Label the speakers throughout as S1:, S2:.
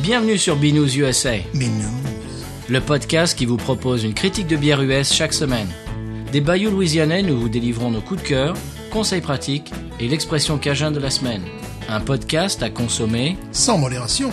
S1: Bienvenue sur Binous USA,
S2: Mais non.
S1: le podcast qui vous propose une critique de bière US chaque semaine. Des bayous louisianais, nous vous délivrons nos coups de cœur, conseils pratiques et l'expression cajun de la semaine. Un podcast à consommer.
S2: Sans modération.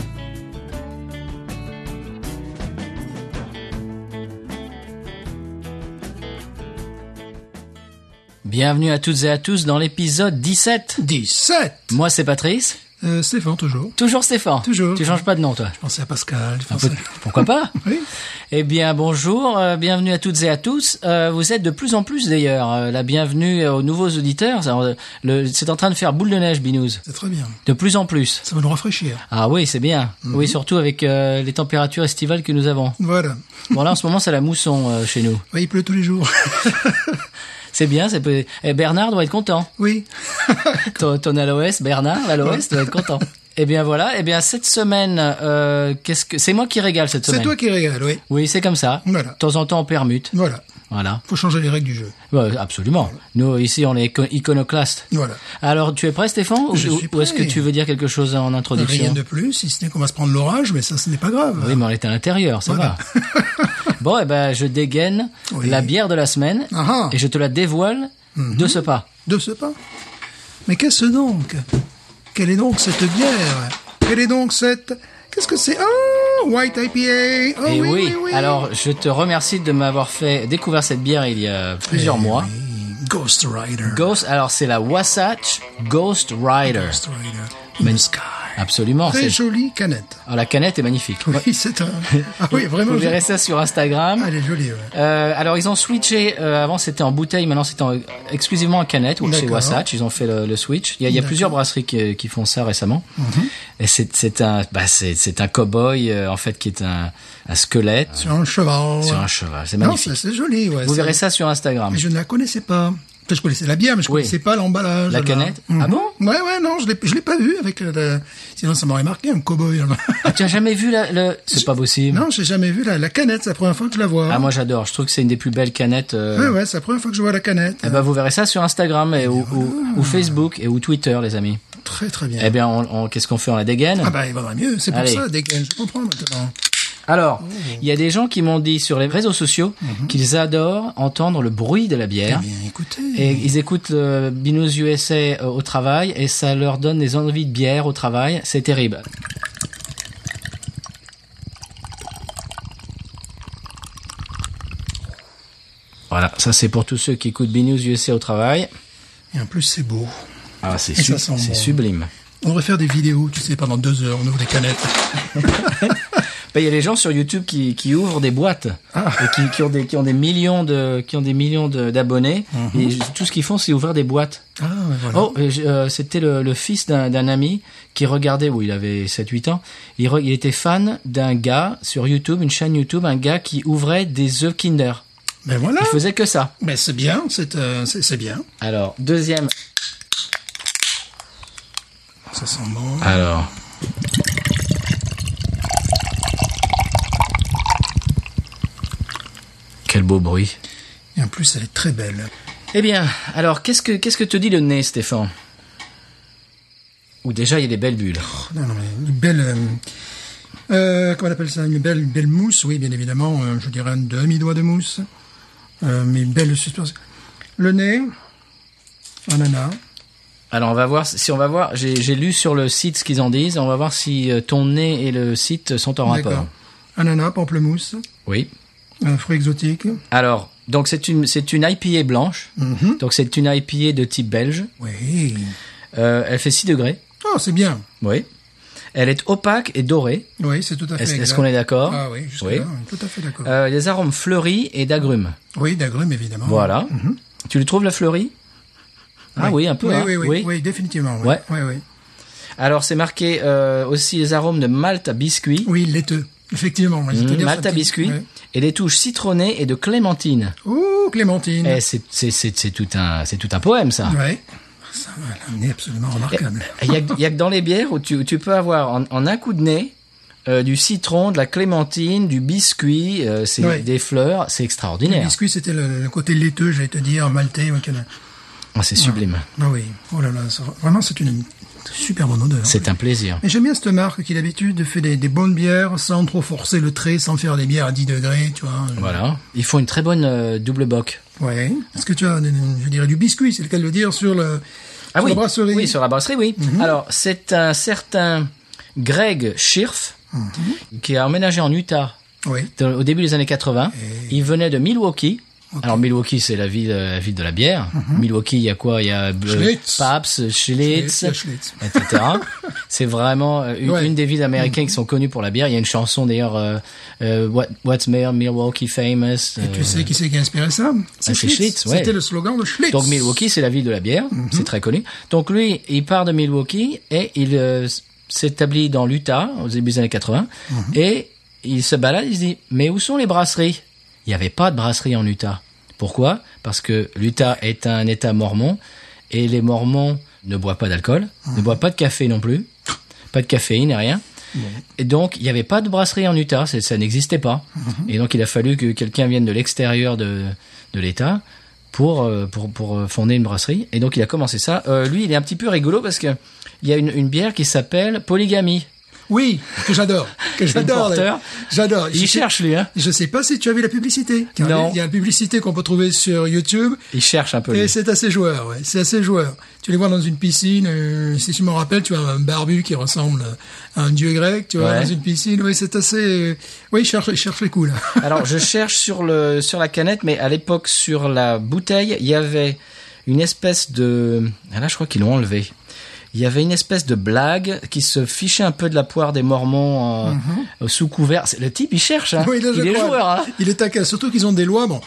S1: Bienvenue à toutes et à tous dans l'épisode 17.
S2: 17.
S1: Moi c'est Patrice,
S2: Euh, Stéphane, toujours.
S1: toujours Stéphane.
S2: Toujours.
S1: Tu changes pas de nom toi.
S2: Je pensais à Pascal. Je
S1: Un
S2: pensais...
S1: peu- Pourquoi pas
S2: Oui.
S1: Eh bien, bonjour, euh, bienvenue à toutes et à tous. Euh, vous êtes de plus en plus d'ailleurs. euh, la bienvenue aux nouveaux auditeurs. Ça, euh, le- C'est en train de faire boule de neige, Binous.
S2: C'est très bien.
S1: De plus en plus.
S2: Ça va nous rafraîchir.
S1: Ah oui, c'est bien.
S2: Mhm.
S1: Oui, surtout avec euh, les températures estivales que nous avons.
S2: Voilà.
S1: Bon, là, en ce moment, c'est la mousson euh, chez nous.
S2: Oui, il pleut tous les jours.
S1: C'est bien. c'est peu- Eh, Bernard doit être content.
S2: oui.
S1: ton, ton l'OS, Bernard, l'OS doit être content. Eh bien, voilà. Eh bien, cette semaine, euh, qu'est-ce que... C'est moi qui régale cette semaine.
S2: C'est toi qui régales, oui.
S1: Oui, c'est comme ça.
S2: Voilà.
S1: De temps en temps, on permute.
S2: Voilà.
S1: Voilà.
S2: Faut changer les règles du jeu.
S1: Ouais, absolument. Nous, ici, on est ico- iconoclastes.
S2: Voilà.
S1: Alors, tu es prêt, Stéphane Ou,
S2: Je suis
S1: ou est-ce que
S2: prêt.
S1: tu veux dire quelque chose en introduction
S2: Rien de plus, si ce n'est qu'on va se prendre l'orage, mais ça, ce n'est pas grave.
S1: Oui, mais on est à l'intérieur, ça
S2: Voilà.
S1: va. bon, eh ben, je dégaine
S2: Oui. Mm-hmm.
S1: la bière de la semaine
S2: Ah ah.
S1: et je te la dévoile de ce pas.
S2: De ce pas. Mais qu'est-ce donc Quelle est donc cette bière Quelle est donc cette... Qu'est-ce que c'est Ah, White IPA. Oh,
S1: et
S2: oui, oui, oui.
S1: Eh alors je te remercie de m'avoir fait découvrir cette bière il y a plusieurs
S2: Eh
S1: mois.
S2: oui, Ghost Rider.
S1: Ghost, alors c'est la Wasatch Ghost Rider.
S2: Ghost Rider. In the Sky.
S1: Absolument.
S2: Très
S1: c'est-
S2: jolie canette.
S1: Alors, la canette est magnifique.
S2: Oui, c'est un. Ah oui, vraiment.
S1: Vous
S2: je-
S1: verrez ça sur Instagram.
S2: Ah, Elle est jolie, ouais.
S1: Euh, alors ils ont switché. euh, avant c'était en bouteille, maintenant c'est en- exclusivement en canette ou chez
S2: D'accord.
S1: Wasatch. Ils ont fait le, le switch. Il y a, il y a
S2: D'accord. Mhm.
S1: plusieurs brasseries qui, qui font ça récemment. Et c'est c'est un bah, c'est c'est un cowboy euh, en fait qui est un, un squelette
S2: Sur un cheval.
S1: sur un cheval. C'est
S2: Non,
S1: magnifique.
S2: c'est c'est joli, ouais.
S1: Vous
S2: c'est-
S1: verrez ça sur Instagram.
S2: Mais je ne la connaissais pas. Enfin, je connaissais la bière, mais je ne
S1: Oui.
S2: connaissais pas l'emballage.
S1: La
S2: là.
S1: canette
S2: Mhm.
S1: Ah bon
S2: Ouais, ouais, non, je l'ai- je l'ai pas vu avec. la- Sinon, ça m'aurait marqué un cow-boy.
S1: Ah, tu as jamais vu la, le C'est pas possible.
S2: non, j'ai jamais vu la, la canette. C'est la première fois que je la vois.
S1: Ah moi j'adore. Je trouve que c'est une des plus belles canettes. euh,
S2: Ouais, ouais, c'est la première fois que je vois la canette.
S1: eh ben, vous verrez ça sur Instagram et, ou, ou-
S2: Ah.
S1: ou Facebook et ou Twitter les amis.
S2: Très, très bien.
S1: Eh bien on, on- qu'est-ce qu'on fait On la dégaine
S2: Ah bah, il vaudrait mieux. C'est pour
S1: Allez.
S2: ça, dès que je comprends maintenant.
S1: Alors, il y a des gens qui m'ont dit sur les réseaux sociaux qu'ils adorent entendre le bruit de la bière.
S2: Eh bien, écoutez.
S1: Ah. Et ils écoutent le Binous USA euh, au travail et ça leur donne des envies de bière au travail. C'est terrible. Voilà, ça c'est pour tous ceux qui écoutent Binous USA au travail.
S2: Et en plus, c'est beau.
S1: Ah, c'est
S2: Et ça
S1: sub-
S2: sent
S1: c'est
S2: bon.
S1: sublime.
S2: On devrait faire des vidéos, tu sais, pendant deux heures, on ouvre des canettes.
S1: Ben, Il y a des gens sur YouTube qui, qui ouvrent des boîtes et qui, qui ont des qui ont des millions de qui ont des millions de- d'abonnés et j- tout ce qu'ils font c'est ouvrir des boîtes.
S2: Ah, ouais, voilà.
S1: Oh, et j- euh, c'était le, le fils d'un d'un ami qui regardait où il avait 7 8 ans, il, re- il était fan d'un gars sur YouTube, une chaîne YouTube, un gars qui ouvrait des œufs Kinder.
S2: Ben voilà.
S1: Il faisait que ça.
S2: Ben c'est bien, c'est euh, c'est c'est bien.
S1: Alors, deuxième.
S2: Ça sent bon.
S1: Alors. Quel beau bruit.
S2: Et en plus, elle est très belle.
S1: Eh bien, alors qu'est-ce que qu'est-ce que te dit le nez, Stéphane Ou déjà il y a des belles bulles.
S2: Oh, non, non, mais une belle. euh, euh, comment on appelle ça Une belle, belle mousse, oui, bien évidemment. euh, je dirais un demi-doigt de mousse. Euh, mais une belle suspension. Le nez. Ananas.
S1: Alors on va voir si on va voir. J'ai j'ai lu sur le site ce qu'ils en disent. On va voir si euh, ton nez et le site sont en rapport.
S2: D'accord. Ananas, pamplemousse.
S1: Oui.
S2: Un fruit exotique.
S1: Alors donc c'est une c'est une IPA blanche. Donc c'est une IPA de type belge.
S2: Oui.
S1: Euh, elle fait 6 degrés.
S2: Oh, c'est bien.
S1: Oui. Elle est opaque et dorée.
S2: Oui, c'est tout à fait.
S1: Est-ce est-ce
S2: exact.
S1: qu'on est d'accord
S2: Ah oui, jusque
S1: Oui.
S2: là, on est tout à fait d'accord.
S1: Euh, des arômes fleuris et d'agrumes.
S2: Oui, d'agrumes, évidemment.
S1: Voilà. Tu le trouves la fleurie Ah oui, un peu.
S2: Mhm. Oui,
S1: hein.
S2: oui, oui, oui, définitivement. Oui,
S1: Ouais.
S2: oui. oui.
S1: Alors c'est marqué euh, aussi les arômes de malt à biscuit,
S2: Oui, laiteux. Effectivement. ouais,
S1: Mmh,
S2: c'est-à-dire
S1: malt
S2: ça
S1: à
S2: pique,
S1: biscuit,
S2: ouais.
S1: et des touches citronnées et de clémentine.
S2: Ouh, Clémentine.
S1: Eh, c'est- c'est c'est- c'est tout un c'est tout un poème ça.
S2: Ouais. Ça va l'amener absolument remarquable.
S1: Il y, a que- y a que dans les bières où tu, où tu peux avoir en, en un coup de nez euh, du citron, de la clémentine, du biscuit, euh, c'est
S2: Ouais.
S1: des fleurs, c'est
S2: Le
S1: extraordinaire.
S2: biscuit, c'était le, le côté laiteux, j'allais te dire, maltais. ouais, qu'il y en a.
S1: Ah, c'est sublime.
S2: Ah oui. Oh là là, ça- vraiment, c'est une Super bonne odeur.
S1: C'est un plaisir.
S2: Mais j'aime bien cette marque qui d'habitude fait des, des bonnes bières sans trop forcer le trait, sans faire des bières à 10 degrés, tu vois. euh,
S1: Voilà. Ils font une très bonne euh, double bock.
S2: Ouais. Est-ce que tu as, des- des- je dirais, du biscuit, c'est le cas de le dire, sur le, sur
S1: Ah oui.
S2: la brasserie Mhm.
S1: Oui, sur la brasserie, oui. Alors, c'est un certain Greg Schirf
S2: Mhm.
S1: qui a emménagé en Utah
S2: Oui.
S1: dans- au début des années 80. Il venait de Milwaukee. Alors Milwaukee, c'est la ville, euh, la ville de la bière. Milwaukee, il y a quoi Il y a euh,
S2: Mhm. Schlitz.
S1: Pabst, Schlitz,
S2: Schlitz, la Schlitz.
S1: etc. c'est vraiment euh, une,
S2: Ouais. Mhm.
S1: une des villes américaines qui sont connues pour la bière. Il y a une chanson d'ailleurs, euh, euh, What, What's Mayor Milwaukee Famous.
S2: Et
S1: euh,
S2: tu sais qui c'est qui a inspiré ça Ah,
S1: c'est Schlitz, ouais.
S2: C'était le slogan de Schlitz.
S1: donc Milwaukee, c'est la ville de la bière, c'est très connu. Donc lui, il part de Milwaukee et il euh, s- s'établit dans l'Utah au début des années 80 et il se balade, il se dit mais où sont les brasseries Il n'y avait pas de brasserie en Utah. Pourquoi Parce que l'Utah est un État mormon et les mormons ne boivent pas d'alcool, ne boivent pas de café non plus, pas de caféine et rien. Et donc, il n'y avait pas de brasserie en Utah, c'est- ça n'existait pas. Et donc, il a fallu que quelqu'un vienne de l'extérieur de, de l'État pour, euh, pour, pour euh, fonder une brasserie. Et donc, il a commencé ça. Euh, lui, il est un petit peu rigolo parce que il y a une, une bière qui s'appelle Polygamie.
S2: Oui, que j'adore. Que
S1: C'est le
S2: j'adore.
S1: porteur.
S2: J'adore.
S1: Il
S2: Je-
S1: cherche, lui, hein
S2: Je sais pas si tu as vu la publicité. car
S1: Non.
S2: Il y a une publicité qu'on peut trouver sur YouTube.
S1: Il cherche un peu,
S2: Et
S1: lui.
S2: c'est assez joueur, ouais. C'est assez joueur. Tu les vois dans une piscine, euh, si je me rappelle, tu as un barbu qui ressemble à un dieu grec, tu vois,
S1: Ouais.
S2: dans une piscine. Oui, c'est assez, euh, oui, il cherche, il cherche les coups, là.
S1: Alors, je cherche sur, le, sur la canette, mais à l'époque, sur la bouteille, il y avait une espèce de... Ah là, je crois qu'ils l'ont enlevé. Il y avait une espèce de blague qui se fichait un peu de la poire des Mormons euh, euh, sous couvert. C'est- Le type, il cherche. Hein.
S2: Mhm. Oui, là, je
S1: il est
S2: crois.
S1: joueur. Hein.
S2: Il est taquin. Surtout qu'ils ont des lois. Bon,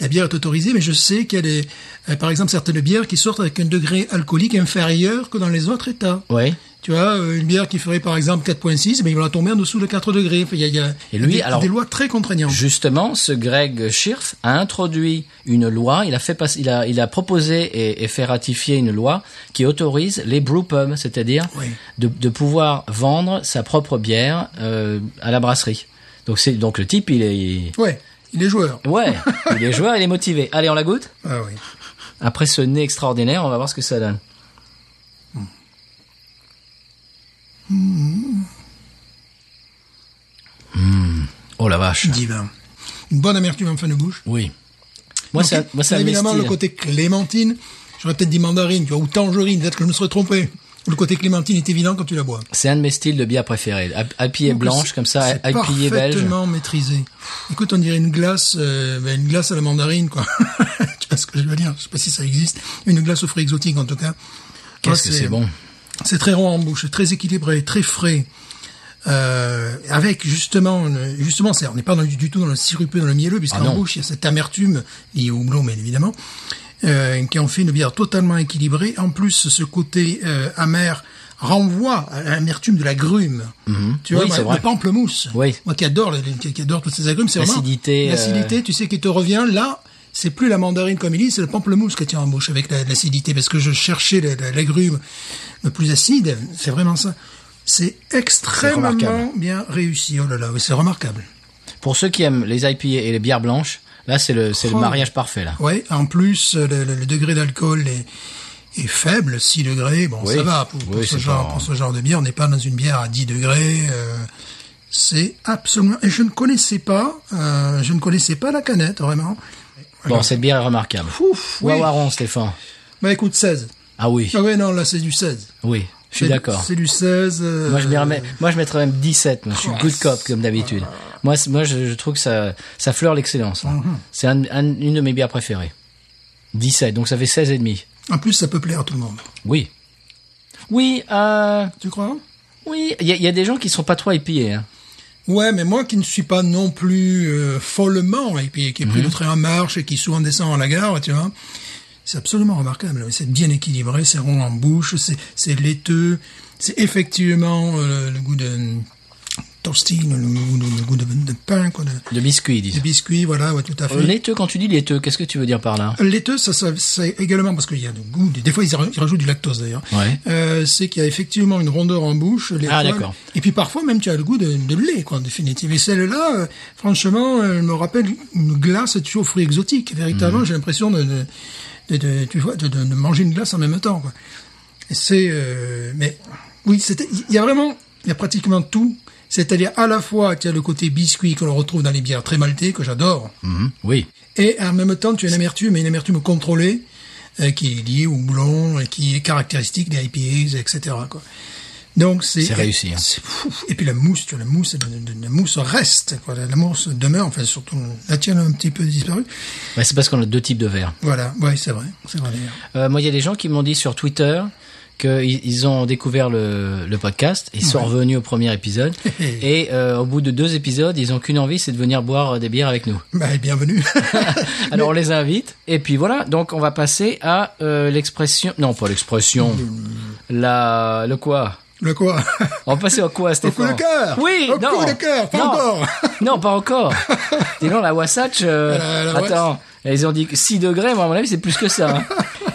S2: la bière est autorisée, mais je sais qu'il y a des, euh, par exemple, certaines bières qui sortent avec un degré alcoolique inférieur que dans les autres États.
S1: Oui.
S2: Tu vois, euh, une bière qui ferait par exemple 4.6, mais il va la tomber en dessous de 4 degrés. Enfin, Il y a, il y a-
S1: Et lui,
S2: des,
S1: alors-
S2: des lois très contraignantes.
S1: Justement, ce Greg Schirf a introduit une loi, il a, fait passer- il a, il a proposé et, et fait ratifier une loi qui autorise les brewpubs, c'est-à-dire
S2: Oui.
S1: de, de pouvoir vendre sa propre bière euh, à la brasserie. Donc, c'est, donc le type, il est...
S2: Ouais, il est joueur.
S1: Ouais, il est joueur, il est motivé. Allez, on la goûte
S2: Ah oui.
S1: Après ce nez extraordinaire, on va voir ce que ça donne.
S2: Hmm.
S1: Mmh. Oh la vache.
S2: Divin. Une bonne amertume en fin de bouche.
S1: Oui. Moi,
S2: Donc,
S1: c'est un, moi, hein. c'est un de mes
S2: Évidemment, le
S1: styles.
S2: côté clémentine, j'aurais peut-être dit mandarine, tu vois, ou tangerine, peut-être que je me serais trompé. Le côté clémentine est évident quand tu la bois.
S1: C'est un de mes styles de bière préférés. À- à pied
S2: Donc,
S1: blanche,
S2: c'est-
S1: comme ça,
S2: c'est
S1: à à pied belge.
S2: parfaitement maîtrisé. Écoute, on dirait une glace, euh, ben, une glace à la mandarine, quoi. tu vois ce que je veux dire Je sais pas si ça existe. Une glace aux fruits exotiques, en tout cas.
S1: Qu'est-ce
S2: Ouais,
S1: que c'est bon
S2: C'est très rond en bouche, c'est très équilibré, très frais. Euh, avec justement, une- justement, c'est, on n'est pas dans- du tout dans le sirupeux, dans le mielleux,
S1: Ah
S2: puisqu'en
S1: non.
S2: bouche il y a cette amertume liée au houblon, bien évidemment, euh, qui en fait une bière totalement équilibrée. En plus, ce côté euh, amer renvoie à l'amertume de la grume. Tu vois,
S1: Mhm. Oui,
S2: moi,
S1: c'est vrai.
S2: le pamplemousse.
S1: Oui.
S2: Moi qui adore, les- les- qui adore toutes ces agrumes, c'est vraiment
S1: L'acidité, euh,
S2: l'acidité. Tu sais qui te revient là. C'est plus la mandarine comme il dit, c'est le pamplemousse que tu as en bouche avec la- l'acidité, parce que je cherchais la- la- l'agrume le plus acide, c'est vraiment ça. C'est extrêmement
S1: remarquable.
S2: bien réussi. Oh là là, oui, c'est remarquable.
S1: Pour ceux qui aiment les IPA et les bières blanches, là, c'est le, c'est le
S2: Oh.
S1: mariage parfait, là.
S2: Ouais, en plus, euh, le, le- le degré d'alcool est, est faible, 6 degrés. Bon,
S1: Oui.
S2: ça va pour, pour
S1: Oui,
S2: ce
S1: c'est
S2: genre,
S1: pas-
S2: pour ce genre de bière. On n'est pas dans une bière à 10 degrés. euh, c'est absolument. Et je ne connaissais pas, euh, je ne connaissais pas la canette, vraiment.
S1: Bon, cette bière est remarquable.
S2: Ouf, oui.
S1: Wawaron, Stéphane.
S2: Bah écoute, 16.
S1: Ah oui,
S2: Ah ouais, non, là, c'est du 16.
S1: oui, je suis
S2: C'est-
S1: d'accord.
S2: C'est du 16. euh,
S1: Moi je, m'y remets- moi, je mettrais même 17. Moi, je suis good cop, comme d'habitude. Moi, c'est- moi je, je trouve que ça, ça fleure l'excellence. hein.
S2: Mhm.
S1: C'est un- un- une de mes bières préférées. 17, donc ça fait 16 et demi.
S2: En plus, ça peut plaire à tout le monde.
S1: Oui. Oui, euh,
S2: Tu crois
S1: oui, il y, a- il y a des gens qui sont pas trop épillés. Hein.
S2: Ouais, mais moi qui ne suis pas non plus euh, follement, et puis qui
S1: Mhm.
S2: ai pris le train en marche et qui souvent descend à la gare, tu vois, c'est absolument remarquable. oui, C'est bien équilibré, c'est rond en bouche, c'est- c'est laiteux, c'est effectivement euh, le goût de euh, toasting, le, goût de, le goût de- de pain, quoi, de,
S1: De biscuits,
S2: de
S1: disons.
S2: biscuit, voilà, ouais, tout à fait.
S1: Laiteux, quand tu dis laiteux, qu'est-ce que tu veux dire par là
S2: Laiteux, ça, ça c'est également parce qu'il y a du goût. Des fois, ils ra- ils rajoutent du lactose d'ailleurs.
S1: Ouais.
S2: Euh, c'est qu'il y a effectivement une rondeur en bouche. les
S1: Ah,
S2: poils.
S1: d'accord.
S2: Et puis parfois, même tu as le goût de, de lait, quoi, en définitive. Et celle-là, euh, franchement, euh, elle me rappelle une glace toujours aux fruits
S1: Mhm.
S2: exotiques. Véritablement, j'ai l'impression de, de, de, de- tu vois, de, de- de manger une glace en même temps. Quoi. C'est, euh, mais oui, c'était, il y a vraiment, il y a pratiquement tout. C'est-à-dire à la fois tu as le côté biscuit que l'on retrouve dans les bières très maltais que j'adore,
S1: Mhm. Oui.
S2: et en même temps tu as une amertume, mais une amertume contrôlée euh, qui est liée au boulon et qui est caractéristique des IPAs, etc. Quoi. Donc c'est
S1: C'est réussi, hein.
S2: c'est- pff, Et puis la mousse, tu vois, la mousse, la, la- la mousse reste, quoi. La, la mousse demeure, enfin surtout la tienne a un petit peu disparu.
S1: Bah, c'est parce qu'on a deux types de verres.
S2: Voilà, ouais, c'est vrai, c'est vrai d'ailleurs.
S1: Euh, moi, il y a des gens qui m'ont dit sur Twitter qu'ils ils ont découvert le, le podcast, ils sont revenus au premier épisode, et euh, au bout de deux épisodes, ils ont qu'une envie, c'est de venir boire euh, des bières avec nous.
S2: Bah, bienvenue.
S1: Alors on les invite, et puis voilà, donc on va passer à euh, l'expression... Non, pas l'expression. La... Le quoi
S2: le quoi
S1: on va passer au quoi, Stéphane
S2: coup de cœur
S1: Oui
S2: Au
S1: non.
S2: coup de cœur, pas
S1: Non.
S2: encore.
S1: Non, pas encore Dis donc, la Wasatch... euh,
S2: La- la
S1: attends, ils ont dit 6 degrés, moi à mon avis c'est plus que ça. hein.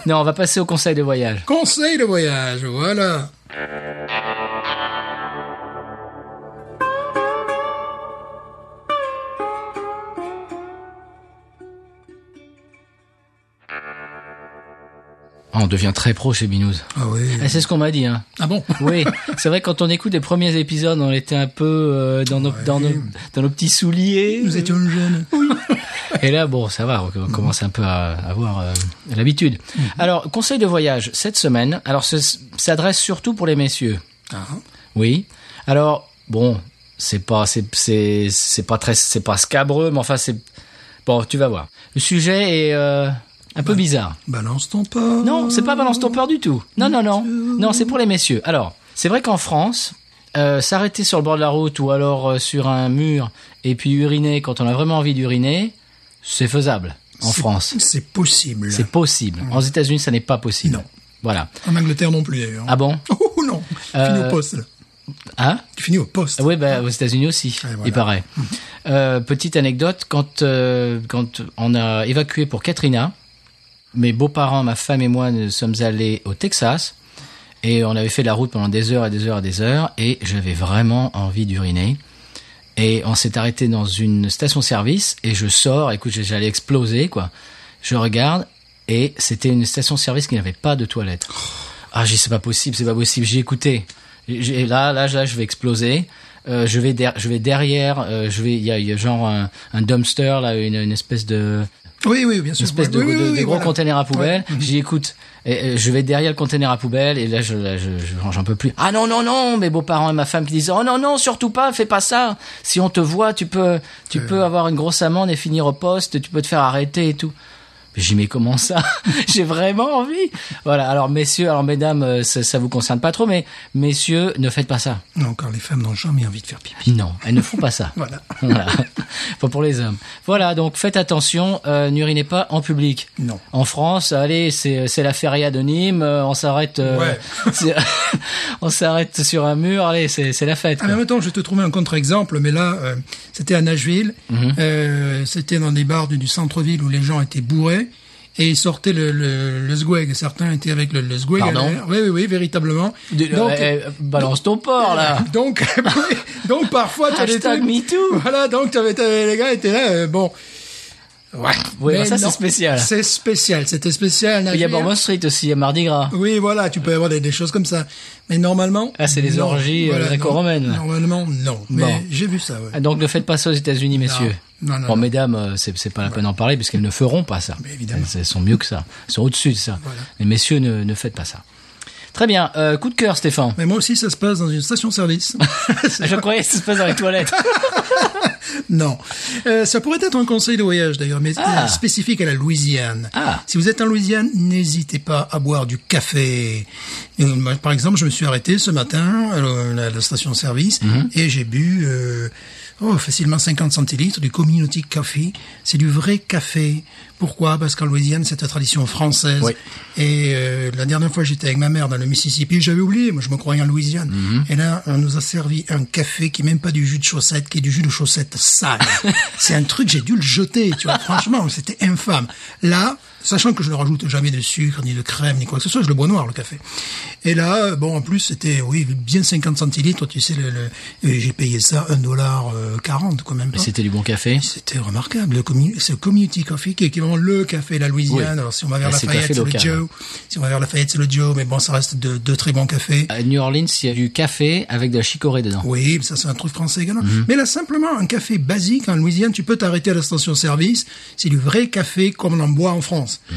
S1: non, on va passer au conseil de voyage.
S2: Conseil de voyage, voilà.
S1: Ah, on devient très pro chez Binouze.
S2: Ah oui.
S1: Et c'est ce qu'on m'a dit. Hein.
S2: Ah bon
S1: Oui, c'est vrai, quand on écoute les premiers épisodes, on était un peu euh, dans, nos, dans, nos, dans nos petits souliers.
S2: Nous étions jeunes.
S1: Et là, bon, ça va, on commence un peu à avoir euh, l'habitude.
S2: Mm-hmm.
S1: Alors, conseil de voyage, cette semaine, alors, ce- s'adresse surtout pour les messieurs.
S2: Ah,
S1: Oui. Alors, bon, c'est pas, c'est, c'est, c'est pas très, c'est pas scabreux, mais enfin, c'est, bon, tu vas voir. Le sujet est euh, un peu bizarre.
S2: balance ton pas.
S1: Non, c'est pas balance ton peur du tout. Non, non, non. Non, c'est pour les messieurs. Alors, c'est vrai qu'en France, euh, s'arrêter sur le bord de la route ou alors euh, sur un mur et puis uriner quand on a vraiment envie d'uriner, c'est faisable en
S2: C'est-
S1: France.
S2: C'est possible.
S1: C'est possible. En Aux États-Unis, ça n'est pas possible.
S2: Non.
S1: Voilà.
S2: En Angleterre non plus d'ailleurs.
S1: Ah bon
S2: Oh non Tu finis
S1: Euh,
S2: au poste. là.
S1: Hein
S2: Tu finis au poste.
S1: Oui, bah, aux États-Unis aussi,
S2: Et voilà.
S1: il paraît. Euh, petite anecdote, quand, euh, quand on a évacué pour Katrina, mes beaux-parents, ma femme et moi, nous sommes allés au Texas et on avait fait la route pendant des heures et des heures et des heures et j'avais vraiment envie d'uriner. Et on s'est arrêté dans une station-service et je sors, écoute, j'allais exploser quoi. Je regarde et c'était une station-service qui n'avait pas de toilette.
S2: Oh.
S1: Ah, j'ai dit, c'est pas possible, c'est pas possible. J'ai écouté. J'ai- Là, là, là, je vais exploser. Euh, je vais der- je vais derrière. euh, je vais, il y a, il y a genre un, un dumpster là, une, une espèce de,
S2: Oui, oui, bien sûr.
S1: une espèce de,
S2: Bah Oui, oui,
S1: de-
S2: oui,
S1: de
S2: oui,
S1: gros
S2: voilà. Mhm.
S1: container à poubelle. J'y écoute. Et, euh, je vais derrière le container à poubelle et là, je, là, je, je- j'en peux plus. Ah non, non, non, mes beaux-parents et ma femme qui disent, oh non, non, surtout pas, fais pas ça. Si on te voit, tu peux, tu peux avoir une grosse amende et finir au poste. Tu peux te faire arrêter et tout. Mais J'ai dit, mais comment ça J'ai vraiment envie. Voilà. Alors messieurs, alors mesdames, euh, ça, ça vous concerne pas trop, mais messieurs, ne faites pas ça.
S2: Non, encore les femmes n'ont jamais envie de faire pipi.
S1: Non, elles ne font pas ça.
S2: Voilà.
S1: Voilà. Pas pour les hommes. Voilà, donc faites attention, euh, n'urinez pas en public.
S2: Non.
S1: En France, allez, c'est c'est la feria de Nîmes, euh, on s'arrête euh,
S2: Ouais.
S1: c'est- on s'arrête sur un mur, allez, c'est c'est la fête.
S2: Ah, En
S1: quoi.
S2: même temps, je vais te trouver un contre-exemple, mais là, euh, c'était à Nashville,
S1: Mhm.
S2: euh, c'était dans des bars du, du centre-ville où les gens étaient bourrés, et ils sortaient le, le, le sgweg. Certains étaient avec le, le sgweg.
S1: Pardon
S2: à l'air. Oui, oui, oui, véritablement.
S1: Du-
S2: donc,
S1: euh, euh, balance ton porc là.
S2: donc, oui, donc, parfois, tu as des
S1: Hashtag
S2: trucs-
S1: MeToo.
S2: Voilà, donc, t'avais, t'avais- les gars étaient là, euh, bon. Ouais.
S1: Oui, bah, ah,
S2: Mais
S1: ça, c'est
S2: non,
S1: spécial.
S2: C'est spécial, c'était spécial.
S1: Il y a
S2: Nashville.
S1: Bourbon Street aussi, il y a Mardi Gras.
S2: Oui, voilà, tu peux avoir des, des choses comme ça. Mais normalement.
S1: Ah, c'est les
S2: non.
S1: orgies, euh, gréco-romaines, là.
S2: Normalement, non. Mais
S1: Bon.
S2: j'ai vu ça, ouais.
S1: Donc ne faites pas ça aux États-Unis, messieurs.
S2: Non, non,
S1: bon,
S2: non.
S1: mesdames, euh, c'est c'est pas la peine d'en parler puisqu'elles ne feront pas ça.
S2: Mais évidemment.
S1: Elles, elles sont mieux que ça. Elles sont au-dessus de ça. Mais messieurs, ne, ne faites pas ça. Très bien. Euh, coup de cœur, Stéphane.
S2: Mais moi aussi, ça se passe dans une station-service.
S1: Je croyais que ça se passe dans les toilettes.
S2: non. Euh, ça pourrait être un conseil de voyage, d'ailleurs, mais
S1: Ah.
S2: euh, spécifique à la Louisiane.
S1: Ah.
S2: Si vous êtes en Louisiane, n'hésitez pas à boire du café. Et, euh, moi, par exemple, je me suis arrêté ce matin à la- à la station-service
S1: Mhm.
S2: et j'ai bu euh, oh, facilement 50 centilitres du Community Coffee. C'est du vrai café. Pourquoi Parce qu'en Louisiane, c'est la tradition française.
S1: Oui.
S2: Et euh, la dernière fois, j'étais avec ma mère dans le Mississippi, j'avais oublié, moi je me croyais en Louisiane.
S1: Mhm.
S2: Et là, on nous a servi un café qui est même pas du jus de chaussette, qui est du jus de chaussette sale. c'est un truc, j'ai dû le jeter, tu vois. Franchement, c'était infâme. Là, sachant que je ne rajoute jamais de sucre, ni de crème, ni quoi que ce soit, je le bois noir, le café. Et là, euh, bon, en plus, c'était, oui, bien 50 centilitres, tu sais, le, le- et j'ai payé ça 1,40 dollar, euh, 40, quand même. pas.
S1: C'était du bon café.
S2: C'était remarquable. Le commu- ce community coffee qui est, qui est vraiment vraiment le café la Louisiane.
S1: Oui.
S2: Alors si on va vers
S1: Ah, c'est
S2: Lafayette,
S1: café
S2: c'est le
S1: local.
S2: Joe. Si on va vers Lafayette, c'est le Joe. Mais bon, ça reste deux de très bons cafés.
S1: À New Orleans, il y a du café avec de la chicorée dedans.
S2: Oui, ça c'est un truc français également.
S1: Mhm.
S2: Mais là, simplement, un café basique en Louisiane, tu peux t'arrêter à la station-service. C'est du vrai café comme on en boit en France.
S1: Mhm.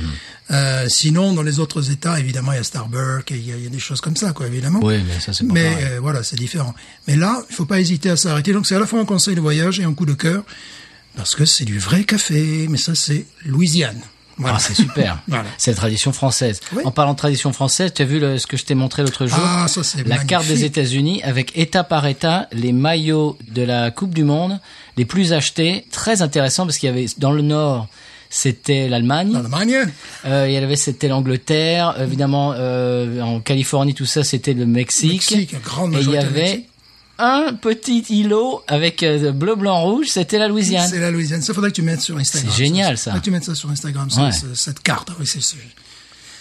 S2: Euh, sinon, dans les autres États, évidemment, il y a Starbucks, et il y a, il y a des choses comme ça, quoi, évidemment.
S1: Oui, mais ça, c'est pas
S2: Mais
S1: pareil.
S2: euh, voilà, c'est différent. Mais là, il faut pas hésiter à s'arrêter. Donc, c'est à la fois un conseil de voyage et un coup de cœur, parce que c'est du vrai café. Mais ça, c'est Louisiane. Voilà,
S1: Ah, c'est super.
S2: Voilà.
S1: C'est la tradition française.
S2: Oui.
S1: En parlant de tradition française, tu as vu le- ce que je t'ai montré l'autre jour
S2: Ah, ça, c'est
S1: La carte des
S2: magnifique.
S1: États-Unis avec état par état les maillots de la Coupe du Monde les plus achetés. Très intéressant parce qu'il y avait dans le Nord, c'était l'Allemagne.
S2: L'Allemagne.
S1: Euh, il y avait c'était l'Angleterre. Évidemment, euh, en Californie, tout ça, c'était le Mexique.
S2: Mexique, grande
S1: Et il y
S2: majorité du
S1: avait
S2: Mexique.
S1: un petit îlot avec euh, bleu, blanc, rouge. C'était la Louisiane.
S2: C'est la Louisiane. Ça faudrait que tu mettes sur Instagram.
S1: C'est génial, ça.
S2: Faudrait que tu mettes ça sur Instagram, ça,
S1: Ouais.
S2: ce- cette carte. Ah Oui, c'est- c'est-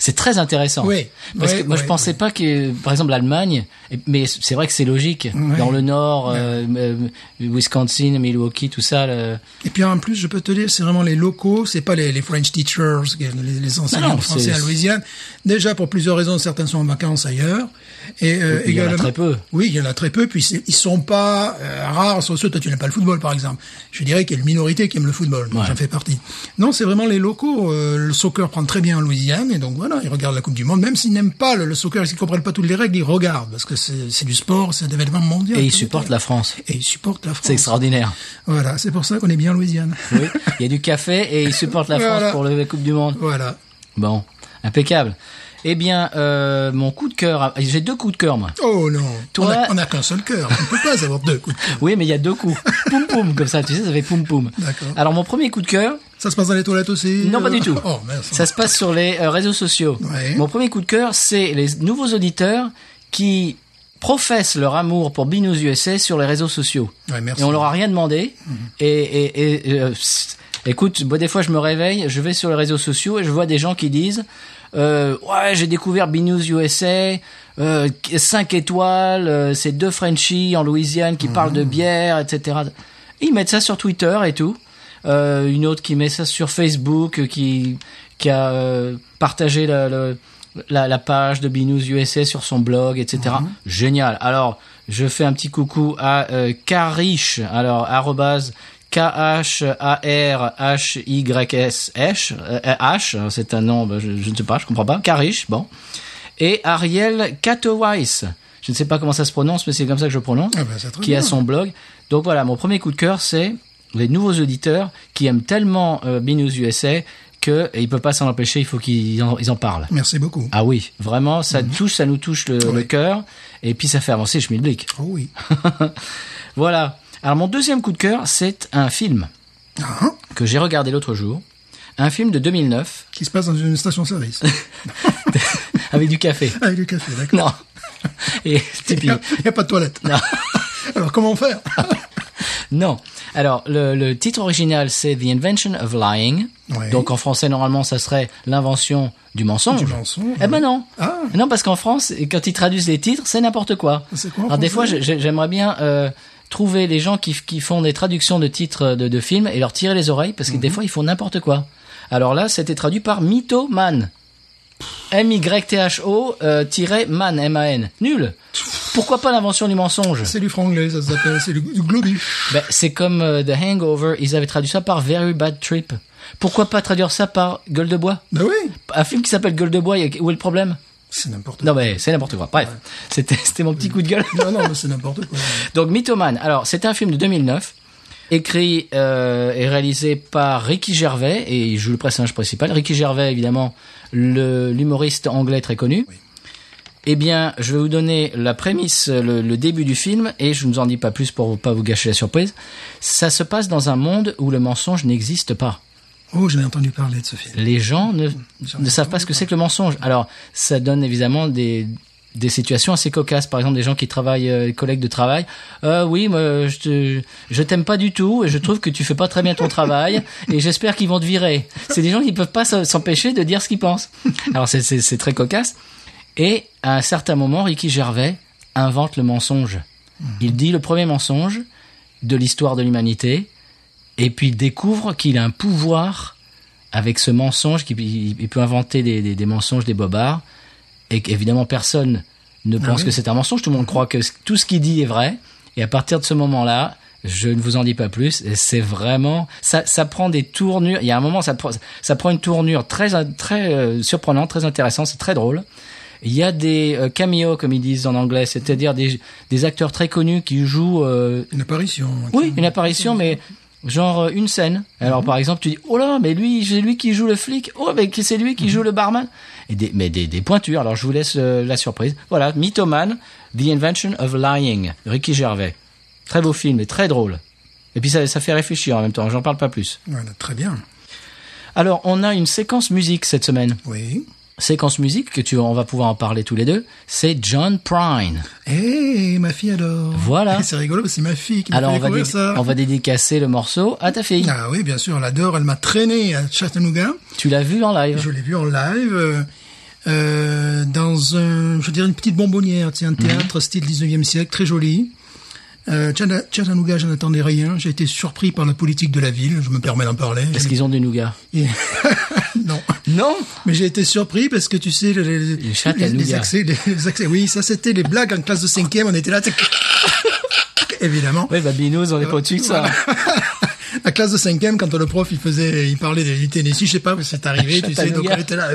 S1: C'est très intéressant.
S2: Oui,
S1: Parce
S2: oui,
S1: que moi,
S2: oui,
S1: je pensais
S2: oui.
S1: pas que, par exemple, l'Allemagne, et- mais c'est vrai que c'est logique.
S2: Oui.
S1: Dans le Nord, euh, euh, Wisconsin, Milwaukee, tout ça. le-
S2: Et puis en plus, je peux te dire, c'est vraiment les locaux, c'est pas les, les French teachers, les, les enseignants
S1: Non, non,
S2: français
S1: c'est-
S2: à Louisiane. Déjà pour plusieurs raisons, certains sont en vacances ailleurs. Et, euh,
S1: puis, il y en a
S2: également-
S1: très peu.
S2: Oui, il y en a très peu. Puis c'est- ils sont pas euh, rares sur ceux. Toi, tu n'aimes pas le football, par exemple. Je dirais qu'il y a une minorité qui aime le football. donc
S1: Ouais.
S2: J'en fais partie. Non, c'est vraiment les locaux. Euh, le soccer prend très bien en Louisiane, et donc voilà, ils regardent la Coupe du Monde. Même s'ils n'aiment pas le, le soccer, s'ils comprennent pas toutes les règles, ils regardent parce que c'est c'est du sport, c'est un événement mondial.
S1: Et ils supportent la France.
S2: Et ils supportent la France.
S1: C'est extraordinaire.
S2: Voilà, c'est pour ça qu'on est bien en Louisiane.
S1: Oui. Il y a du café et ils supportent la France
S2: Voilà.
S1: pour le- la Coupe du Monde.
S2: Voilà.
S1: Bon, impeccable. Eh bien, euh, mon coup de cœur, ah, j'ai deux coups de cœur, moi.
S2: Oh non,
S1: Toi-
S2: on a- on n'a qu'un seul cœur, on ne peut pas avoir deux coups de cœur.
S1: Oui, mais il y a deux coups. poum poum, comme ça, tu sais, ça fait poum poum.
S2: D'accord.
S1: Alors, mon premier coup de cœur,
S2: Ça se passe dans les toilettes aussi
S1: Non, pas du tout.
S2: Oh, merci.
S1: Ça se passe sur les euh, réseaux sociaux.
S2: Ouais.
S1: Mon premier coup de cœur, c'est les nouveaux auditeurs qui professent leur amour pour Binous USA sur les réseaux sociaux.
S2: Ouais, merci. Mhm.
S1: Et on leur a rien demandé. Et, et- et, euh, psst, écoute, moi, des fois je me réveille, je vais sur les réseaux sociaux et je vois des gens qui disent euh, ouais j'ai découvert Binous USA, 5 euh, étoiles, euh, c'est deux Frenchies en Louisiane
S2: Mhm.
S1: qui parlent de bière, etc. Ils mettent ça sur Twitter et tout. Euh, une autre qui met ça sur Facebook, euh, qui qui a euh, partagé le- le- la, la page de Binous USA sur son blog, etc. Génial. Alors, je fais un petit coucou à euh, Karish, alors arrobase K-H-A-R-H-Y-S, H, euh, H, c'est un nom, ben, je, je ne sais pas, je comprends pas. Karish, bon. Et Ariel Katowais, je ne sais pas comment ça se prononce, mais c'est comme ça que je prononce
S2: Ah ben, c'est très
S1: qui a
S2: bien.
S1: son blog. Donc voilà, mon premier coup de cœur, c'est les nouveaux auditeurs qui aiment tellement euh, BNews USA qu'ils ne peuvent pas s'en empêcher, il faut qu'ils en, ils en parlent.
S2: Merci beaucoup.
S1: Ah oui, vraiment, ça touche, ça nous touche le, le
S2: Oui.
S1: cœur, et puis ça fait avancer le schmilblick.
S2: Oh oui.
S1: Voilà. Alors mon deuxième coup de cœur, c'est un film
S2: Ah,
S1: que j'ai regardé l'autre jour, un film de 2009
S2: qui se passe dans une station-service.
S1: avec du café.
S2: Avec du café, d'accord.
S1: Non. Et
S2: Il n'y
S1: typique.
S2: a, il y a pas de toilette. Alors comment Ah, faire
S1: Non. Alors, le, le titre original, c'est The Invention of Lying.
S2: Ouais.
S1: Donc, en français, normalement, ça serait l'invention du mensonge.
S2: Du mensonge,
S1: Eh ben
S2: oui.
S1: non.
S2: Ah.
S1: Non, parce qu'en France, quand ils traduisent les titres, c'est n'importe quoi.
S2: C'est quoi en
S1: Alors, des fois,
S2: français
S1: j'ai- j'aimerais bien euh, trouver les gens qui, qui font des traductions de titres de, de films et leur tirer les oreilles, parce que des
S2: Mhm.
S1: fois, ils font n'importe quoi. Alors là, c'était traduit par mythoman. M-Y-T-H-O euh, tiré man, M-A-N. Nul. Pourquoi pas l'invention du mensonge
S2: C'est du franglais, ça s'appelle. C'est du, du globish.
S1: ben, c'est comme euh, The Hangover, ils avaient traduit ça par Very Bad Trip. Pourquoi pas traduire ça par Gueule de bois
S2: Ben oui,
S1: Un film qui s'appelle Gueule de bois, y a- où est le problème
S2: c'est n'importe quoi.
S1: Non mais c'est n'importe quoi. Bref, c'était c'était mon petit coup de gueule.
S2: Non, non, mais c'est n'importe quoi.
S1: Donc Mythoman, alors c'est un film de 2009, écrit euh, et réalisé par Ricky Gervais, et il joue le personnage principal. Ricky Gervais, évidemment, le- l'humoriste anglais très connu. Eh bien, je vais vous donner la prémisse, le, le début du film, et je ne vous en dis pas plus pour vous- pas vous gâcher la surprise. Ça se passe dans un monde où le mensonge n'existe pas.
S2: Oh, j'en ai entendu parler de ce film.
S1: Les gens ne,
S2: J'en
S1: ne
S2: ai
S1: savent pas ce que c'est que le mensonge. Alors, ça donne évidemment des, des situations assez cocasses. Par exemple, des gens qui travaillent, euh, collègues de travail. Euh, oui, moi, je te- je t'aime pas du tout et je trouve que tu fais pas très bien ton travail et j'espère qu'ils vont te virer. C'est des gens qui peuvent pas s'en- s'empêcher de dire ce qu'ils pensent. Alors, c'est- c'est c'est très cocasse. Et à un certain moment, Ricky Gervais invente le mensonge. Il dit le premier mensonge de l'histoire de l'humanité et puis il découvre qu'il a un pouvoir avec ce mensonge, qu'il- il, il peut inventer des, des- des mensonges, des bobards, et qu'évidemment personne ne pense
S2: oui.
S1: que c'est un mensonge. Tout le monde croit que c- tout ce qu'il dit est vrai. Et à partir de ce moment-là, je ne vous en dis pas plus. et C'est vraiment ça. Ça prend des tournures. Il y a un moment, ça, prend- ça prend une tournure très in- très euh, surprenante, très intéressante. C'est très drôle. Il y a des euh, cameos, comme ils disent en anglais, c'est-à-dire des, des acteurs très connus qui jouent euh,
S2: Une apparition.
S1: oui, une apparition, mais genre euh, une scène. Alors par exemple, tu dis oh là, mais lui, c'est lui qui joue le flic. Oh, mais qui- c'est lui qui joue le barman. Et des, mais des, des pointures. Alors je vous laisse euh, la surprise. Voilà, Mythoman, The Invention of Lying, Ricky Gervais. Très beau film et très drôle. Et puis ça, ça fait réfléchir en même temps. J'en parle pas plus.
S2: Voilà, très bien.
S1: Alors on a une séquence musique cette semaine.
S2: Oui.
S1: Séquence musique que tu, on va pouvoir en parler tous les deux. C'est John Prine.
S2: Eh, ma fille adore.
S1: Voilà.
S2: Eh, C'est rigolo, parce que c'est ma fille qui m'a fait
S1: Alors on va,
S2: découvrir
S1: dédi-
S2: ça.
S1: on va dédicacer le morceau à ta fille.
S2: Ah oui, bien sûr, elle adore. Elle m'a traîné à Chattanooga.
S1: Tu l'as vu en live.
S2: Je l'ai vu en live euh, euh, dans un, je dirais une petite bonbonnière, c'est un théâtre style 19e siècle, très joli. Euh, Chatta- Chattanooga, je n'attendais rien. J'ai été surpris par la politique de la ville. Je me permets d'en parler.
S1: Est-ce qu'ils ont du nougat
S2: Et- non.
S1: Non
S2: Mais j'ai été surpris parce que tu sais, les, les- les-
S1: Chattanooga.
S2: les accès, les, les accès. Oui, ça c'était les blagues en classe de cinquième. On était là, t'sais, évidemment.
S1: Oui, bah Binous,
S2: Euh,
S1: on est pas au-dessus de ça.
S2: La classe de cinquième, quand le prof il faisait, il parlait des- du Tennessee, je sais pas, c'est arrivé, tu sais, donc on
S1: Chattanooga.
S2: était là.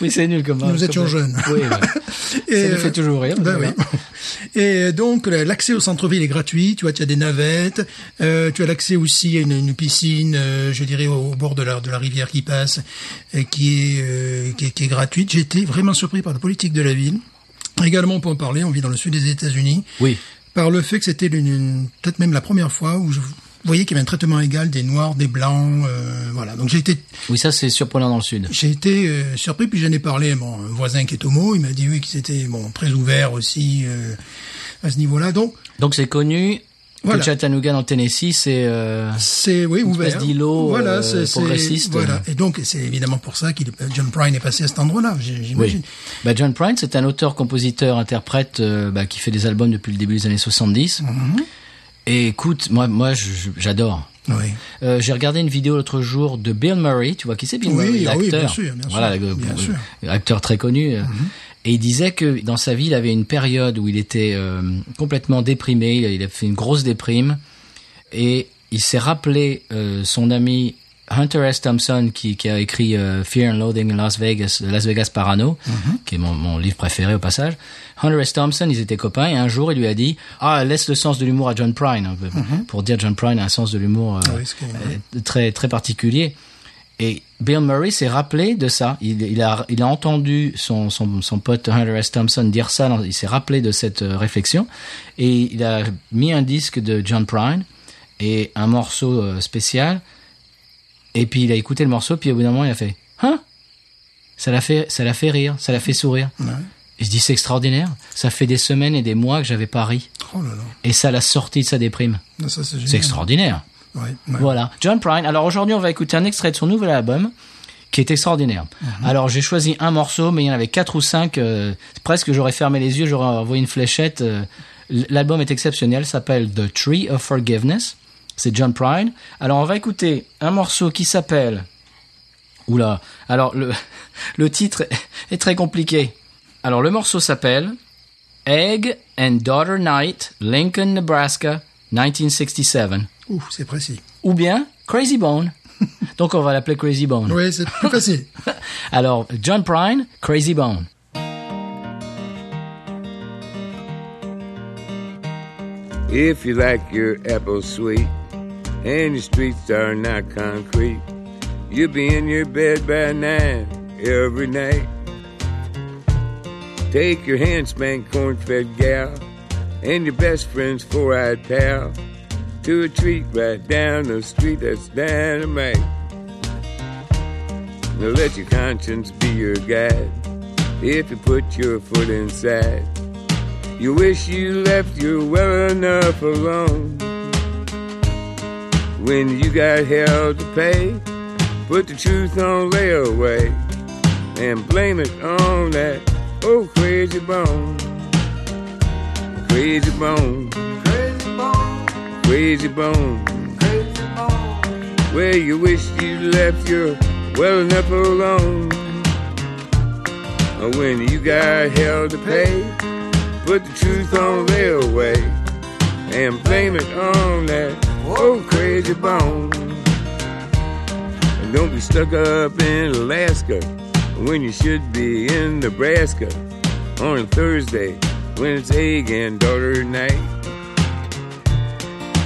S1: Oui, c'est nul comme
S2: Nous étions
S1: comme-
S2: jeunes.
S1: Oui, oui.
S2: Et,
S1: Ça nous
S2: euh,
S1: fait toujours rire.
S2: ben
S1: voilà.
S2: oui. Et donc la- l'accès au centre-ville est gratuit. Tu vois, tu as des navettes. euh, tu as l'accès aussi à une, une piscine, euh, je dirais au bord de la de la rivière qui passe, et qui est euh, qui, est- qui est gratuite. J'étais vraiment surpris par la politique de la ville. Également, on peut en parler. On vit dans le sud des États-Unis.
S1: Oui.
S2: Par le fait que c'était l'une- une- peut-être même la première fois où je voyais qu'il y avait un traitement égal des noirs, des blancs. euh, voilà. Donc j'ai été
S1: Oui, ça, c'est surprenant dans le Sud.
S2: j'ai été euh, surpris, puis j'en ai parlé à mon voisin qui est homo, il m'a dit oui, qu'ils étaient bon, très ouverts aussi euh, à ce niveau-là. Donc,
S1: Donc, c'est connu
S2: Voilà.
S1: que Chattanooga, dans le Tennessee, c'est... euh,
S2: c'est oui, ouvert.
S1: espèce d'îlot, euh,
S2: c'est- c'est-
S1: progressiste.
S2: Voilà. Et donc, c'est évidemment pour ça que John Prine est passé à cet endroit-là, j- j'imagine.
S1: Oui. Bah, John Prine, c'est un auteur, compositeur, interprète euh, bah, qui fait des albums depuis le début des années 70.
S2: Mhm.
S1: Et écoute, moi, moi je- je- j'adore.
S2: Oui.
S1: Euh, j'ai regardé une vidéo l'autre jour de Bill Murray, tu vois qui c'est Bill
S2: Oui,
S1: Murray,
S2: ah
S1: l'acteur.
S2: oui, bien sûr, bien sûr,
S1: voilà, le-
S2: bien
S1: euh,
S2: sûr. Mhm.
S1: acteur très connu. euh, Et il disait que dans sa vie, il avait une période où il était euh, complètement déprimé, il a- il a fait une grosse déprime et il s'est rappelé euh, son ami Hunter S. Thompson qui, qui a écrit euh, Fear and Loathing in Las Vegas, Las Vegas Parano,
S2: Mhm.
S1: qui est mon, mon livre préféré au passage. Hunter S. Thompson, ils étaient copains et un jour il lui a dit ah laisse le sens de l'humour à John Prine hein,
S2: Mhm.
S1: pour dire John Prine a un sens de l'humour euh,
S2: Ah Oui, ce qui est-
S1: euh, très très particulier. Et Bill Murray s'est rappelé de ça. Il, il a, il a entendu son, son, son pote Hunter S. Thompson dire ça. dans- Il s'est rappelé de cette euh, réflexion. Et il a mis un disque de John Prine et un morceau euh, spécial. Et puis il a écouté le morceau. Puis au bout d'un moment, il a fait Hein Ça l'a fait, ça l'a fait rire. Ça l'a fait sourire.
S2: Ouais.
S1: Et je dis C'est extraordinaire. Ça fait des semaines et des mois que j'avais pas ri.
S2: Oh là là.
S1: Et ça l'a sorti de sa déprime.
S2: Non, ça, c'est
S1: C'est
S2: génial.
S1: extraordinaire.
S2: Ouais, ouais.
S1: Voilà, John Prine. Alors aujourd'hui, on va écouter un extrait de son nouvel album qui est extraordinaire. Alors j'ai choisi un morceau, mais il y en avait quatre ou cinq. euh, presque, j'aurais fermé les yeux, j'aurais envoyé une fléchette. euh, l- L'album est exceptionnel, s'appelle The Tree of Forgiveness. C'est John Prine. Alors on va écouter un morceau qui s'appelle. Oula. Alors le le titre est très compliqué. Alors le morceau s'appelle Egg and Daughter Night, Lincoln, Nebraska, 1967
S2: Ouf, c'est précis.
S1: ou bien Crazy Bone. Donc on va l'appeler Crazy Bone.
S2: Oui, c'est plus facile.
S1: Alors John Prine, Crazy Bone.
S3: If you like your apple sweet and your streets are not concrete, you'll be in your bed by nine every night. Take your handspan corn-fed gal and your best friend's four-eyed pal to a treat right down the street that's dynamite. Now let your conscience be your guide if you put your foot inside. You wish you left you well enough alone. When you got hell to pay, put the truth on layaway and blame it on that old crazy bone. Crazy bone, crazy bone, crazy bone. where you wish you left your well enough alone. Or when you got hell to pay, put the truth on railway and blame it on that old crazy bone. And don't be stuck up in Alaska when you should be in Nebraska on a Thursday when it's egg and daughter night.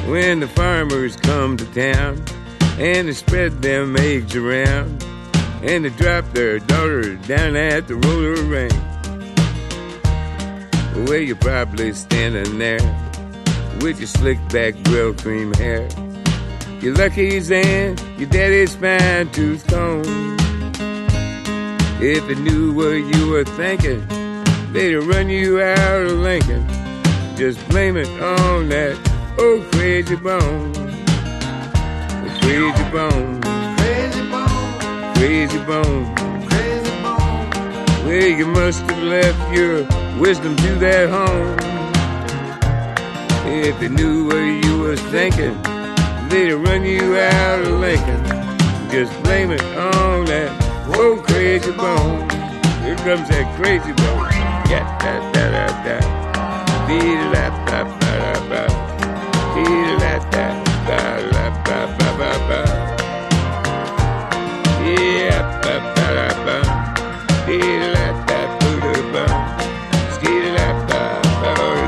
S3: When the farmers come to town and they spread them eggs around and they drop their daughter down at the roller rink. Well, you're probably standing there with your slick back grill cream hair. Your lucky's in your daddy's fine tooth comb. If they knew what you were thinking, they'd run you out of Lincoln. Just blame it on that old crazy bone. Crazy bone,
S4: Crazy bone,
S3: crazy bone.
S4: crazy bone,
S3: Well, you must have left your wisdom to that home. If they knew what you was thinking, they'd run you out of Lincoln. Just blame it on that old crazy bone. Here comes that crazy bone. Yeah, da da da da. Dee la ba ba da ba. Dee la da ba la ba ba ba ba. Yeah, ba ba da ba. Ski-la-da-doo-doo-ba.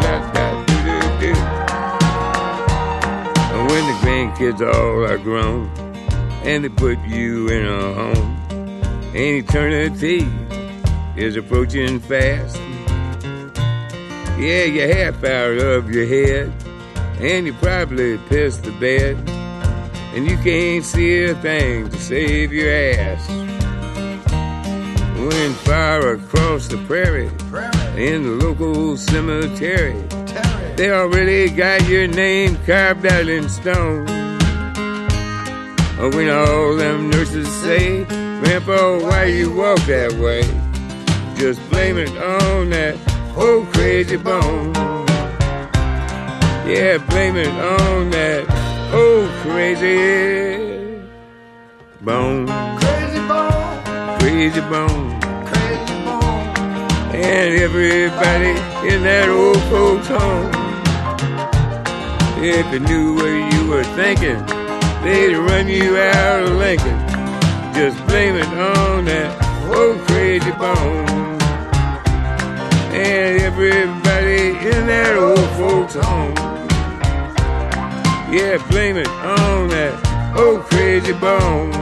S3: Ski-la-da-ba-la-da-doo-doo-doo. And When the grandkids all are grown and they put you in a home, and eternity is approaching fast. Yeah, you're half out of your head, and you probably pissed the bed, and you can't see a thing to save your ass. When far across the prairie,
S4: prairie,
S3: in the local cemetery,
S4: terry,
S3: they already got your name carved out in stone. When all them nurses say, Grandpa, why you walk that way? Just blame it on that old crazy bone. Yeah, blame it on that old crazy bone,
S4: crazy bone,
S3: crazy bone.
S4: crazy bone,
S3: and everybody in that old folks home. If they knew what you were thinking, they'd run you out of Lincoln. Just blame it on that old crazy bone. And everybody in that old folks home. Yeah, blame it on that old crazy bone.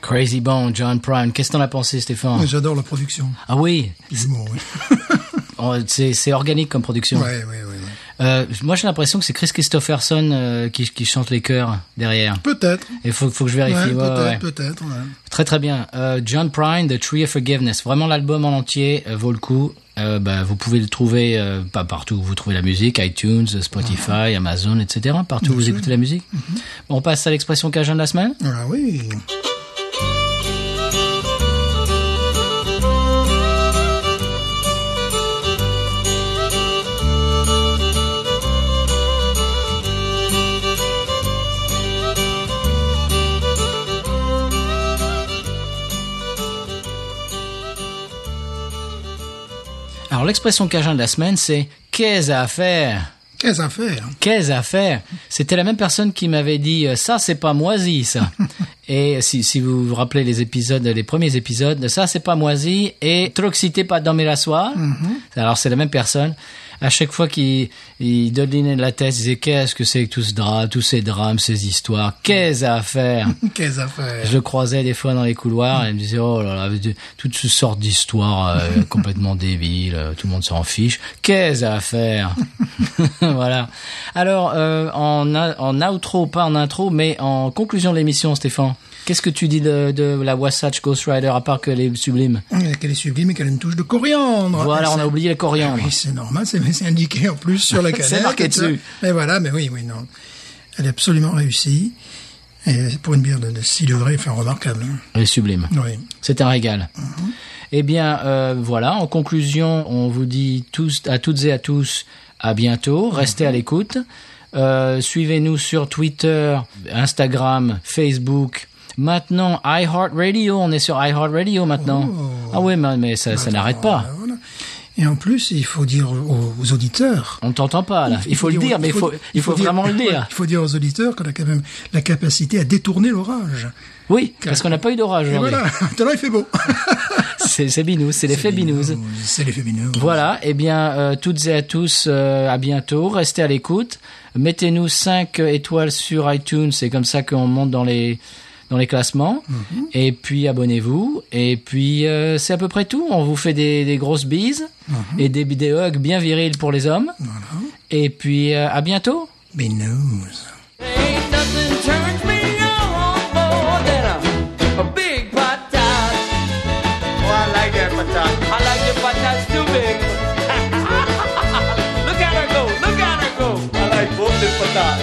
S1: Crazy Bone, John Prime. Qu'est-ce que t'en as pensé, Stéphane
S2: J'adore la production.
S1: Ah oui,
S2: L'humour, oui.
S1: on- c'est c'est organique comme production.
S2: Ouais, ouais, ouais.
S1: Euh, moi, j'ai l'impression que c'est Chris Christopherson euh, qui, qui chante les chœurs derrière.
S2: Peut-être.
S1: Il faut, faut que je
S2: Ouais,
S1: vérifie. ouais,
S2: peut-être,
S1: ouais.
S2: peut-être. ouais.
S1: Très très bien. Euh, John Prine, The Tree of Forgiveness. Vraiment l'album en entier euh, vaut le coup. Euh, bah, vous pouvez le trouver euh, pas partout où vous trouvez la musique, iTunes, Spotify, Amazon, etc. Partout où vous écoutez la musique. On passe à l'expression cajun de la semaine.
S2: Ah oui.
S1: Alors l'expression cajun de la semaine, c'est qu'est-ce à faire
S2: Qu'est-ce à faire
S1: Qu'est-ce à faire C'était la même personne qui m'avait dit euh, ça, c'est pas moisi ça. et si, si vous vous rappelez les épisodes, les premiers épisodes, ça c'est pas moisi et troxité pas dans mes la soie. Alors c'est la même personne. À chaque fois qu'il il donnait la thèse, il disait qu'est-ce que c'est que tout ce drame, tous ces drames, ces histoires Qu'est-ce à faire
S2: Qu'est-ce à faire
S1: Je le croisais des fois dans les couloirs et il me disait oh là là de- toutes ces sortes d'histoires euh, complètement débiles, euh, tout le monde s'en fiche. Qu'est-ce à faire Voilà. Alors euh, en a- en outro, pas en intro, mais en conclusion de l'émission, Stéphane. Qu'est-ce que tu dis de, de la Wasatch Ghost Rider à part que les sublimes
S2: Qu'elle est sublime et qu'elle a une touche de coriandre.
S1: Voilà,
S2: Et
S1: on
S2: c'est-
S1: a oublié le coriandre.
S2: Oui, c'est normal, c'est mais c'est indiqué en plus sur la
S1: C'est
S2: canette.
S1: marqué
S2: et tout.
S1: dessus.
S2: Mais voilà, mais oui, oui, non. Elle est absolument réussie. Et c'est pour une bière de, de 6 degrés, enfin remarquable. hein.
S1: Les sublimes.
S2: Oui.
S1: C'est un régal. Eh bien, euh, voilà. En conclusion, on vous dit tous, à toutes et à tous, À bientôt. Restez à l'écoute. Euh, Suivez-nous sur Twitter, Instagram, Facebook. Maintenant, iHeartRadio. On est sur iHeartRadio maintenant. Ah oui, mais, mais ça, ça n'arrête pas.
S2: Ah, voilà. Et en plus, il faut dire aux, aux auditeurs.
S1: On t'entend pas là. Il faut le dire, mais il faut, il faut vraiment le dire.
S2: Il faut dire aux auditeurs qu'on a quand même la capacité à détourner l'orage.
S1: Oui, parce qu'on n'a pas eu d'orage
S2: Et
S1: aujourd'hui.
S2: voilà, maintenant il fait beau.
S1: C'est c'est binous, c'est l'effet binous.
S2: C'est l'effet binous.
S1: Voilà, eh bien, euh, toutes et à tous, euh, à bientôt. Restez à l'écoute. Mettez-nous 5 étoiles sur iTunes. C'est comme ça qu'on monte dans les, dans les classements. Et puis, abonnez-vous. Et puis, euh, c'est à peu près tout. On vous fait des, des grosses bises et des, des hugs bien virils pour les hommes. Et puis, euh, à bientôt.
S2: Binous.
S5: Ain't nothing turns me on more than a, a big patat. Oh, I like that patat. I like the patats too big. look at her go, look at her go. I like both the patats.